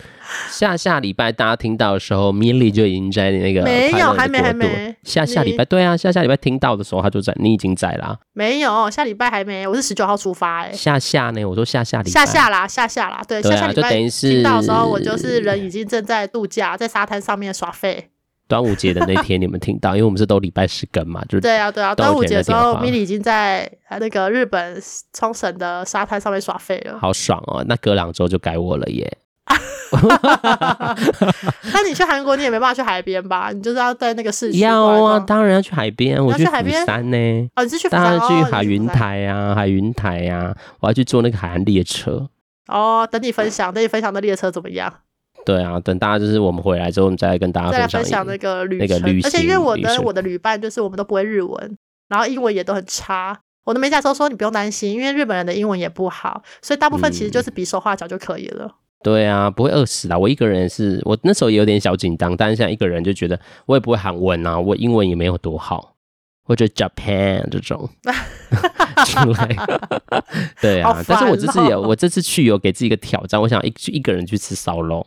Speaker 1: 下下礼拜大家听到的时候，米莉就已经在那个
Speaker 2: 没
Speaker 1: 快乐
Speaker 2: 有
Speaker 1: 的
Speaker 2: 还没
Speaker 1: 国
Speaker 2: 还
Speaker 1: 度
Speaker 2: 没
Speaker 1: 下下礼拜对啊，下下礼拜听到的时候，他就在，你已经在啦。
Speaker 2: 没有，下礼拜还没，我是十九号出发诶、欸
Speaker 1: 下下呢？我说下下礼拜，
Speaker 2: 哎下下啦，下下啦，对，
Speaker 1: 对
Speaker 2: 下
Speaker 1: 啊
Speaker 2: 下礼
Speaker 1: 就
Speaker 2: 拜
Speaker 1: 等于是
Speaker 2: 听到的时候，我就是人已经正在度假，在沙滩上面耍废。
Speaker 1: 端午节的那天你们听 到，因为我们是都礼拜四更嘛，就是
Speaker 2: 对啊，对啊，
Speaker 1: 端
Speaker 2: 端
Speaker 1: 午
Speaker 2: 午
Speaker 1: 节
Speaker 2: 节的
Speaker 1: 那
Speaker 2: 时
Speaker 1: 天
Speaker 2: 候
Speaker 1: 花
Speaker 2: ，Mini 已经在呃那个日本冲绳的沙滩上面耍废了。
Speaker 1: 好爽哦。那隔两周就该我了 耶。
Speaker 2: 那你去韩国，你也没办法去海边吧？你就是要在那个市区
Speaker 1: 要啊，
Speaker 2: 逛一逛
Speaker 1: 当然要去海边，我
Speaker 2: 去海
Speaker 1: 釜
Speaker 2: 边
Speaker 1: 山呢，
Speaker 2: 哦，你是去釜
Speaker 1: 当
Speaker 2: 山
Speaker 1: 然去
Speaker 2: 哦
Speaker 1: 海云。
Speaker 2: 你釜山
Speaker 1: 台啊，海云台啊，我要去坐那个海岸列车。
Speaker 2: 哦，等你分享，等你分享的列车怎么样？
Speaker 1: 对啊，等大家就是我们回来之后，我们再来跟大
Speaker 2: 再
Speaker 1: 家
Speaker 2: 来
Speaker 1: 啊分
Speaker 2: 分享
Speaker 1: 享
Speaker 2: 那个旅
Speaker 1: 那个
Speaker 2: 程。
Speaker 1: 旅
Speaker 2: 而且因为
Speaker 1: 行
Speaker 2: 我
Speaker 1: 旅
Speaker 2: 的
Speaker 1: 程
Speaker 2: 我的旅伴就是我们都不会日文，然后英文也都很差。我的美甲师说你不用担心，因为日本人的英文也不好，所以大部分其实
Speaker 1: 嗯
Speaker 2: 就是比手画脚就可以了。
Speaker 1: 对啊，不会饿死啦。我一个人也是，我那时候也有点小紧张，但是现在一个人就觉得我也不会韩文啊，我英文也没有多好，或者 Japan 这 种 之类的。对
Speaker 2: 好
Speaker 1: 啊
Speaker 2: 烦，
Speaker 1: 但是我这次
Speaker 2: 哦
Speaker 1: 有，我这次去有给自己一个挑战，我想一去一个人去吃烧肉，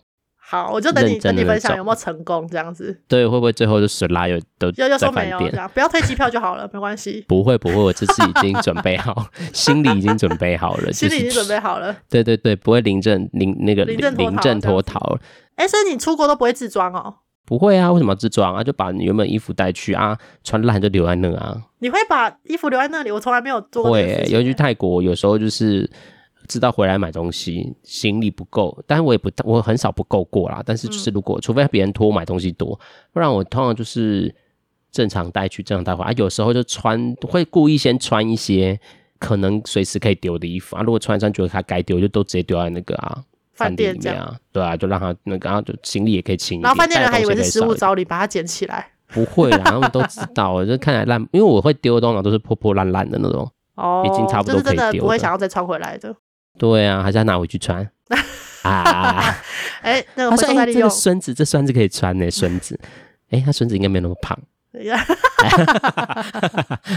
Speaker 2: 好，我就等你
Speaker 1: 认真
Speaker 2: 等
Speaker 1: 的
Speaker 2: 你分
Speaker 1: 那
Speaker 2: 享
Speaker 1: 种
Speaker 2: 有没有成功这样子，
Speaker 1: 对，会不会最后就水拉有都
Speaker 2: 要要
Speaker 1: 在
Speaker 2: 说没
Speaker 1: 饭
Speaker 2: 有这
Speaker 1: 店？
Speaker 2: 样，不要退机票就好了，没关 系，
Speaker 1: 不会不会，我这次已经准备好，心里已经准备好了，
Speaker 2: 心
Speaker 1: 就
Speaker 2: 里已
Speaker 1: 是
Speaker 2: 经准备好了。
Speaker 1: 对对对，不会临阵临那个
Speaker 2: 临阵脱逃
Speaker 1: 临阵
Speaker 2: 这样
Speaker 1: 脱
Speaker 2: 子
Speaker 1: 逃，
Speaker 2: 哎、所以你出国都不会自装哦？
Speaker 1: 不会啊，为什么要自装啊？就把你原本衣服带去啊，穿烂就留在那啊。
Speaker 2: 你会把衣服留在那里？我从来没有做过
Speaker 1: 会
Speaker 2: 这件
Speaker 1: 欸、
Speaker 2: 事情啊
Speaker 1: 尤其去泰国，有时候就是知道回来买东西，行李不够，但我也不我很少不够过啦。但是就是
Speaker 2: 嗯
Speaker 1: 如果、除非别人托我买东西多，不然我通常就是正常带去，正常带回来。啊、有时候就穿会故意先穿一些可能随时可以丢的衣服啊，如果穿一穿觉得它该丢，就都直接丢在那个啊。
Speaker 2: 饭
Speaker 1: 店
Speaker 2: 店
Speaker 1: 里
Speaker 2: 这
Speaker 1: 面
Speaker 2: 样，
Speaker 1: 啊，对啊，就让他那个，然后就行李也可以轻一点。
Speaker 2: 然后饭店人还
Speaker 1: 带
Speaker 2: 以
Speaker 1: 的
Speaker 2: 为
Speaker 1: 东西
Speaker 2: 是
Speaker 1: 可以少一
Speaker 2: 失物
Speaker 1: 点
Speaker 2: 招领，把它捡起来。
Speaker 1: 不会啦，他们都知道，就看起来烂，因为我会丢的通常都是破破烂烂的那种。
Speaker 2: 哦，
Speaker 1: 已经差不多
Speaker 2: 就是
Speaker 1: 可
Speaker 2: 真
Speaker 1: 以
Speaker 2: 的
Speaker 1: 丢
Speaker 2: 不会
Speaker 1: 的
Speaker 2: 想要再穿回来的。
Speaker 1: 对啊，还是要拿回去 穿啊。
Speaker 2: 哎、那个
Speaker 1: 他
Speaker 2: 回
Speaker 1: 说：“
Speaker 2: 收
Speaker 1: 哎、
Speaker 2: 再
Speaker 1: 欸，
Speaker 2: 利
Speaker 1: 这个
Speaker 2: 用，
Speaker 1: 孙子，这孙子可以穿呢、孙子。哎、他孙子应该没有那么胖。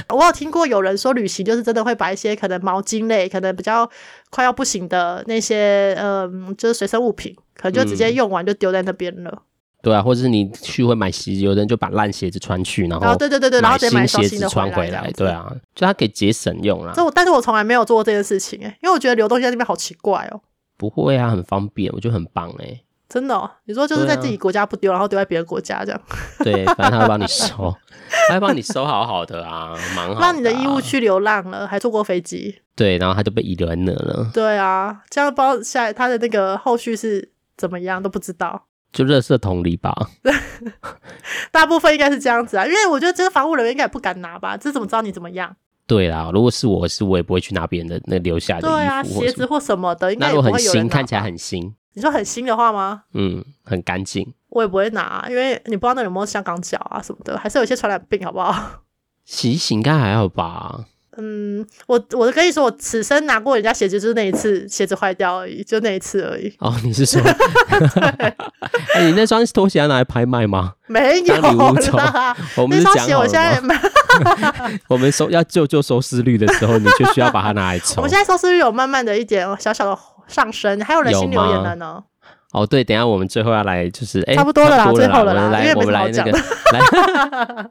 Speaker 2: 我有听过有人说，旅行就是真的会把一些可能毛巾类、可能比较快要不呃行的那些，嗯，就是随身物品，可能就直接用完就丢在那边了。
Speaker 1: 对啊，或者是你去会买鞋，有的人就把烂鞋子穿去，然
Speaker 2: 然
Speaker 1: 后
Speaker 2: 后对对对对，然后直接买
Speaker 1: 买
Speaker 2: 一双
Speaker 1: 新鞋
Speaker 2: 新
Speaker 1: 子
Speaker 2: 的
Speaker 1: 穿
Speaker 2: 回
Speaker 1: 回
Speaker 2: 来
Speaker 1: 来，，
Speaker 2: 这
Speaker 1: 对
Speaker 2: 样子。
Speaker 1: 啊，就它可以节省用啦
Speaker 2: 这。我，但是我从来没有做过这件事情哎、因为我觉得流动现在这边好奇怪哦、
Speaker 1: 不会啊，很方便，我觉得很棒哎、
Speaker 2: 真的、哦，你说就是
Speaker 1: 对啊
Speaker 2: 在自己国家不丢，然后丢在别的国家这样，
Speaker 1: 对，反正他会帮你收， 他会帮你收好好的啊，蛮好啊
Speaker 2: 让你的义务去流浪了，还坐过飞机。
Speaker 1: 对，然后他就被遗留在那了，
Speaker 2: 对啊，这样不知道下来他的那个后续是怎么样都不知道。
Speaker 1: 就垃圾桶里吧。
Speaker 2: 大部分应该是这样子啊，因为我觉得这个防护人员应该也不敢拿吧，这怎么知道你怎么样？
Speaker 1: 对啦，如果是我是我也不会去拿别人的那留下的
Speaker 2: 对
Speaker 1: 衣
Speaker 2: 啊，
Speaker 1: 服或
Speaker 2: 鞋
Speaker 1: 什
Speaker 2: 子
Speaker 1: 么。
Speaker 2: 或什么的，应该
Speaker 1: 那
Speaker 2: 也
Speaker 1: 如
Speaker 2: 不
Speaker 1: 果
Speaker 2: 会
Speaker 1: 很
Speaker 2: 有人
Speaker 1: 新，
Speaker 2: 拿
Speaker 1: 看起来
Speaker 2: 吧
Speaker 1: 很新，
Speaker 2: 你说很新的话吗？
Speaker 1: 嗯，很干净。
Speaker 2: 我也不会拿、啊因为你不知道那有没有香港脚啊什么的，还是有一些传染病，好不好？
Speaker 1: 洗洗应该还好吧？
Speaker 2: 嗯，我我跟你说，我此生拿过人家鞋子，就是那一次鞋子坏掉而已，就那一次而已，
Speaker 1: 哦，你是 说， 哎你那双拖鞋要拿来拍卖吗？
Speaker 2: 没有
Speaker 1: 当礼物 抽
Speaker 2: 啦。
Speaker 1: 我们
Speaker 2: 那
Speaker 1: 是
Speaker 2: 双
Speaker 1: 讲
Speaker 2: 鞋
Speaker 1: 好
Speaker 2: 我
Speaker 1: 了
Speaker 2: 现在
Speaker 1: 吗？
Speaker 2: 没，
Speaker 1: 我们收要救救收视率的时候，你却需要把它拿来
Speaker 2: 我
Speaker 1: 抽
Speaker 2: 们。现在收视率有慢慢的一点小小的上升，还有人新留言了呢。
Speaker 1: 哦，对，等一下我们最后要来就是，哎，
Speaker 2: 差不多了啦
Speaker 1: 差不
Speaker 2: 最后了
Speaker 1: 我们
Speaker 2: 啦因
Speaker 1: 来
Speaker 2: 为
Speaker 1: 我们来
Speaker 2: 没什
Speaker 1: 那
Speaker 2: 么
Speaker 1: 个来，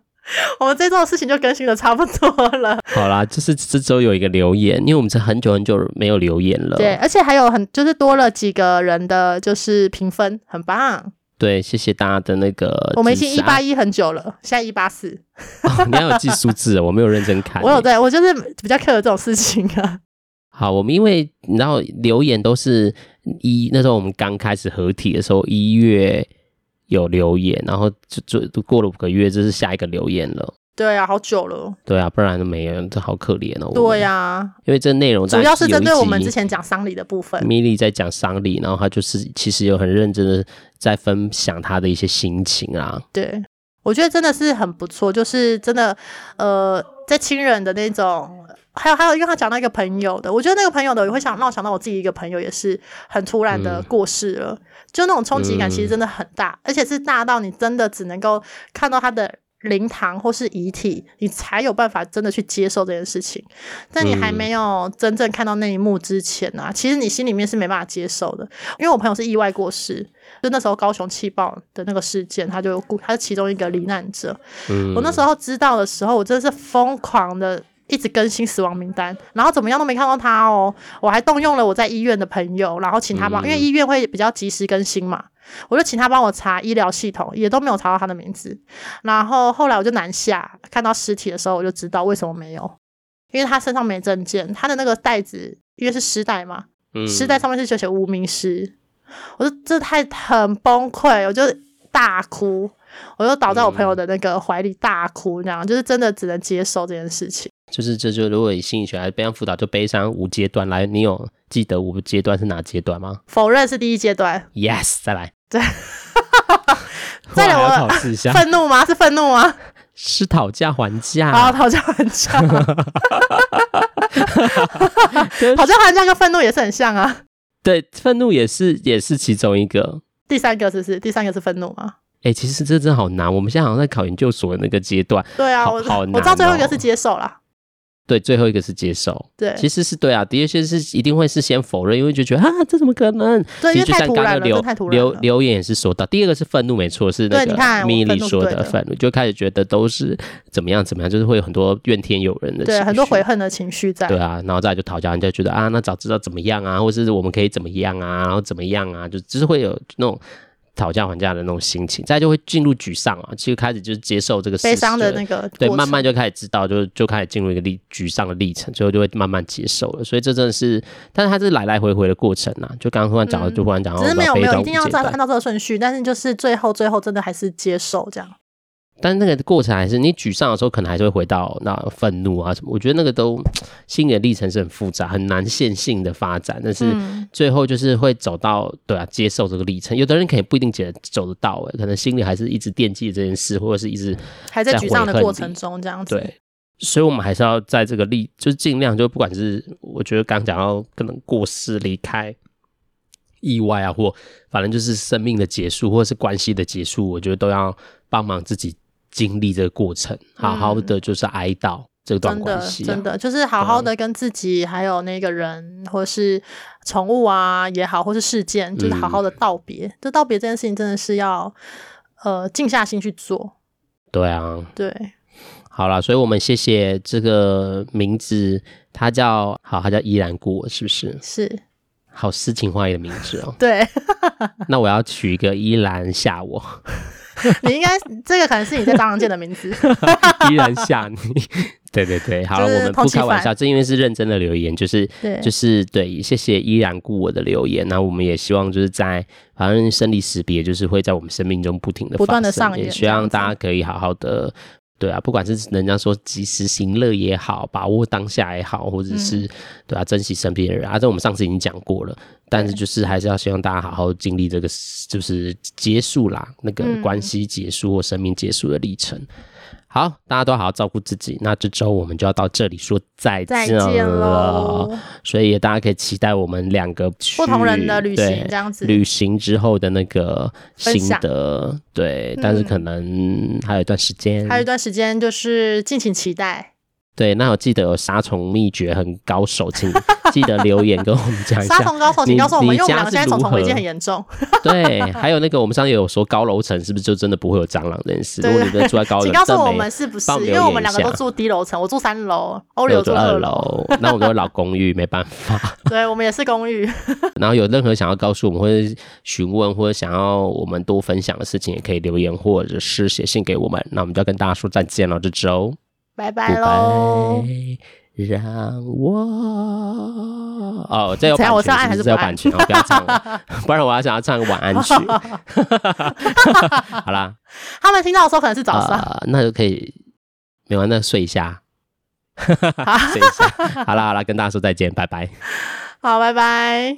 Speaker 2: 我们这周的事情就更新的差不多了，
Speaker 1: 好啦，就是这周有一个留言，因为我们是很久很久没有留言了。
Speaker 2: 对，而且还有很就是多了几个人的就是评分，很棒。
Speaker 1: 对，谢谢大家的那个支持啊。
Speaker 2: 我们已经一八一很久了，现在一八四，
Speaker 1: 哦， 你要有记数字哦，我没有认真看。
Speaker 2: 我有在，我就是比较 care 这种事情啊。
Speaker 1: 好，我们因为你知道留言都是一那时候我们刚开始合体的时候，一月有留言，然后就就就过了五个月，这是下一个留言了。
Speaker 2: 对啊，好久了。
Speaker 1: 对啊，不然都没有，这好可怜哦。
Speaker 2: 对
Speaker 1: 呀、
Speaker 2: 呀、
Speaker 1: 因为这内容
Speaker 2: 主要是针对我们之
Speaker 1: 前
Speaker 2: 前讲丧礼的部分。
Speaker 1: 米莉在讲丧礼，然后她就是其实有很认真的在分享她的一些心情啊。
Speaker 2: 对，我觉得真的是很不错，就是真的，呃，在亲人的那种，还有还有，因为他讲到一个朋友的，我觉得那个朋友的，我会想让我想到我自己一个朋友也是很突然的
Speaker 1: 嗯
Speaker 2: 过世了，就那种冲击感其
Speaker 1: 嗯
Speaker 2: 实真的很大，而且是大到你真的只能够看到他的。灵堂或是遗体，你才有办法真的去接受这件事情。但你还
Speaker 1: 嗯
Speaker 2: 没有真正看到那一幕之前啊，其实你心里面是没办法接受的。因为我朋友是意外过世，就那时候高雄气爆的那个事件，他就有故他是其中一个罹难者。
Speaker 1: 嗯，
Speaker 2: 我那时候知道的时候，我真的是疯狂的一直更新死亡名单，然后怎么样都没看到他哦。我还动用了我在医院的朋友，然后请他帮，因为医院会比较及时更新嘛，我就请他帮我查医疗系统，也都没有查到他的名字。然后后来我就南下看到尸体的时候，我就知道为什么没有，因为他身上没证件，他的那个袋子因为是尸袋嘛，
Speaker 1: 嗯
Speaker 2: 尸袋上面是就写无名尸，我就这太很崩溃，我就大哭，我就倒在我朋友的那个怀里大哭，那样、就是真的只能接受这件事情。
Speaker 1: 就是这就如果以心理学来悲伤辅导，就悲伤五阶段来，你有记得五阶段是哪阶段吗
Speaker 2: 否认是第一 阶段，
Speaker 1: ？Yes，再来，
Speaker 2: 对，
Speaker 1: 再
Speaker 2: 再来
Speaker 1: 来
Speaker 2: 我
Speaker 1: 要考试一下，
Speaker 2: 愤怒吗？是愤怒吗？
Speaker 1: 是讨价还价，
Speaker 2: 好，讨价 还价，
Speaker 1: 就是
Speaker 2: 讨价还价跟愤怒也是很像啊。
Speaker 1: 对，愤怒也是也是其中一个。
Speaker 2: 第三个是不是？第三个是愤怒吗？
Speaker 1: 哎、其实这真的好难，我们现在好像在考研究所的那个阶段，
Speaker 2: 对啊，
Speaker 1: 好
Speaker 2: 我
Speaker 1: 好
Speaker 2: 我知道
Speaker 1: 难
Speaker 2: 最后一个
Speaker 1: 哦
Speaker 2: 是接受啦。
Speaker 1: 对，最后一个是接受，
Speaker 2: 对
Speaker 1: 其实是对啊，的确是是一定会是先否认，因为就觉得啊，这怎么可能？
Speaker 2: 对，
Speaker 1: 其实
Speaker 2: 因为
Speaker 1: 就
Speaker 2: 太
Speaker 1: 像
Speaker 2: 突
Speaker 1: 刚
Speaker 2: 然
Speaker 1: 刚
Speaker 2: 了，这
Speaker 1: 留
Speaker 2: 太突然
Speaker 1: 留
Speaker 2: 了。
Speaker 1: 留言也是说到，第二个是愤怒，没错，是那
Speaker 2: 对你看
Speaker 1: 个米莉
Speaker 2: 我愤怒
Speaker 1: 说
Speaker 2: 对
Speaker 1: 的
Speaker 2: 的
Speaker 1: 愤怒，就开始觉得都是怎么样怎么样，就是会有很多怨天尤人的情
Speaker 2: 对，
Speaker 1: 绪，
Speaker 2: 很多悔恨的情绪在。
Speaker 1: 对啊，然后再来就讨价还价，觉得啊，那早知道怎么样啊，或是我们可以怎么样啊，然后怎么样啊，就就是会有那种讨价还价的那种心情，再来就会进入沮丧啊，其实开始就是接受这个事
Speaker 2: 悲
Speaker 1: 实
Speaker 2: 伤的那
Speaker 1: 就
Speaker 2: 个
Speaker 1: 对，
Speaker 2: 过
Speaker 1: 慢
Speaker 2: 程
Speaker 1: 慢就开始知道，就就开始进入一个历沮丧的历程，最后就会慢慢接受了。所以这真的是，但是它是来来回回的过程啊。就刚刚忽然讲到，
Speaker 2: 嗯
Speaker 1: 就忽然讲到
Speaker 2: 只是没有
Speaker 1: 悲
Speaker 2: 没有
Speaker 1: 伤
Speaker 2: 一
Speaker 1: 无
Speaker 2: 定要
Speaker 1: 解
Speaker 2: 照
Speaker 1: 的
Speaker 2: 按照这个顺序，但是就是最后最后真的还是接受这样。
Speaker 1: 但是那个过程还是你沮丧的时候，可能还是会回到那愤怒啊什么。我觉得那个都心理的历程是很复杂，很难线性的发展，但是
Speaker 2: 嗯
Speaker 1: 最后就是会走到对啊，接受这个历程。有的人可能不一定解走得到、欸，可能心里还是一直惦记着这件事，或者是一直
Speaker 2: 还在
Speaker 1: 在
Speaker 2: 沮
Speaker 1: 悔
Speaker 2: 丧的
Speaker 1: 恨
Speaker 2: 过
Speaker 1: 里
Speaker 2: 程中这样子。
Speaker 1: 对。所以，我们还是要在这个历，就是尽量就不管是我觉得刚讲到可能过世、离开、意外啊，或反正就是生命的结束，或者是关系的结束，我觉得都要帮忙自己经历这个过程，好好的就是哀悼这段
Speaker 2: 嗯真
Speaker 1: 关
Speaker 2: 的
Speaker 1: 系、啊
Speaker 2: 真的就是好好的跟自己，还有那个人，或是
Speaker 1: 嗯
Speaker 2: 宠物啊也好，或是事件，就是好好的道别。这道别这件事情真的是要呃静下心去做。
Speaker 1: 对啊，
Speaker 2: 对，
Speaker 1: 好啦，所以我们谢谢这个名字，它叫好，它叫依然故我，是不是？
Speaker 2: 是，。
Speaker 1: 好诗情画意的名字哦
Speaker 2: 对
Speaker 1: 那我要取一个依然吓我，
Speaker 2: 你应该这个可能是你在蟑螂界的名字。
Speaker 1: 依然吓你。 对对对，好了，
Speaker 2: 就是
Speaker 1: 我们
Speaker 2: 通
Speaker 1: 不
Speaker 2: 缉
Speaker 1: 开玩
Speaker 2: 犯
Speaker 1: 笑，这因为是认真的留言，就是
Speaker 2: 对
Speaker 1: 就是对，谢谢依然顾我的留言。那我们也希望就是在反正生离死别，就是会在我们生命中不停的
Speaker 2: 不断地上演
Speaker 1: 也希
Speaker 2: 这样
Speaker 1: 望
Speaker 2: 子
Speaker 1: 大家可以好好的。对啊，不管是人家说及时行乐也好，把握当下也好，或者
Speaker 2: 嗯
Speaker 1: 是、对啊，珍惜身边的人啊，这我们上次已经讲过了。但是就是还是要希望大家好好经历这个，就是结束啦，那个
Speaker 2: 嗯
Speaker 1: 关系结束或生命结束的历程。好，大家都好好照顾自己。那这周我们就要到这里说再
Speaker 2: 再
Speaker 1: 了，
Speaker 2: 见喽，
Speaker 1: 所以也大家可以期待我们两个去
Speaker 2: 不同人的旅行
Speaker 1: 对
Speaker 2: 这样子
Speaker 1: 旅行之后的那个
Speaker 2: 分
Speaker 1: 心
Speaker 2: 享嗯
Speaker 1: 得，对，但是可能还有一段时间，
Speaker 2: 还有一段时间就是敬请期待。
Speaker 1: 对，那我记得有杀虫秘诀很高手， 请记得留言跟我们讲一
Speaker 2: 杀
Speaker 1: 下。
Speaker 2: 虫高手，请
Speaker 1: 你
Speaker 2: 告诉我们，
Speaker 1: 你
Speaker 2: 因为我们
Speaker 1: 家
Speaker 2: 两个
Speaker 1: 是
Speaker 2: 现在
Speaker 1: 如
Speaker 2: 虫虫危机
Speaker 1: 何
Speaker 2: 很严重。
Speaker 1: 对，还有那个我们上次有说高楼层是不是就真的不会有蟑螂这件事？
Speaker 2: 对
Speaker 1: 如果你真的住在高楼
Speaker 2: 请
Speaker 1: 层，
Speaker 2: 告诉
Speaker 1: 真
Speaker 2: 我
Speaker 1: 没
Speaker 2: 们是不是
Speaker 1: 帮我？们
Speaker 2: 因
Speaker 1: 留
Speaker 2: 为我们
Speaker 1: 言
Speaker 2: 两
Speaker 1: 一
Speaker 2: 个都
Speaker 1: 下
Speaker 2: 住低楼层，我住三楼，欧
Speaker 1: 没
Speaker 2: 柳
Speaker 1: 有
Speaker 2: 住
Speaker 1: 住
Speaker 2: 二
Speaker 1: 二
Speaker 2: 楼。
Speaker 1: 楼，那我们都是老公寓，没办法。
Speaker 2: 对，我们也是公寓。
Speaker 1: 然后有任何想要告诉我们或者询问或者想要我们多分享的事情，也可以留言或者是写信给我们。那我们就要跟大家说再见了，这周
Speaker 2: 拜
Speaker 1: 拜
Speaker 2: 拜喽！
Speaker 1: 拜。让我哦，这有
Speaker 2: 怎
Speaker 1: 版权，
Speaker 2: 样我是要按还是
Speaker 1: 这有
Speaker 2: 不按
Speaker 1: 版权，哦，不要唱 了，不然我要想要唱晚安曲。好啦，
Speaker 2: 他们听到的时候可能是早上，
Speaker 1: 啊，那就可以，没完，那睡一 下， 睡一下。好啦好啦，跟大家说再见，拜拜。
Speaker 2: 好，拜拜。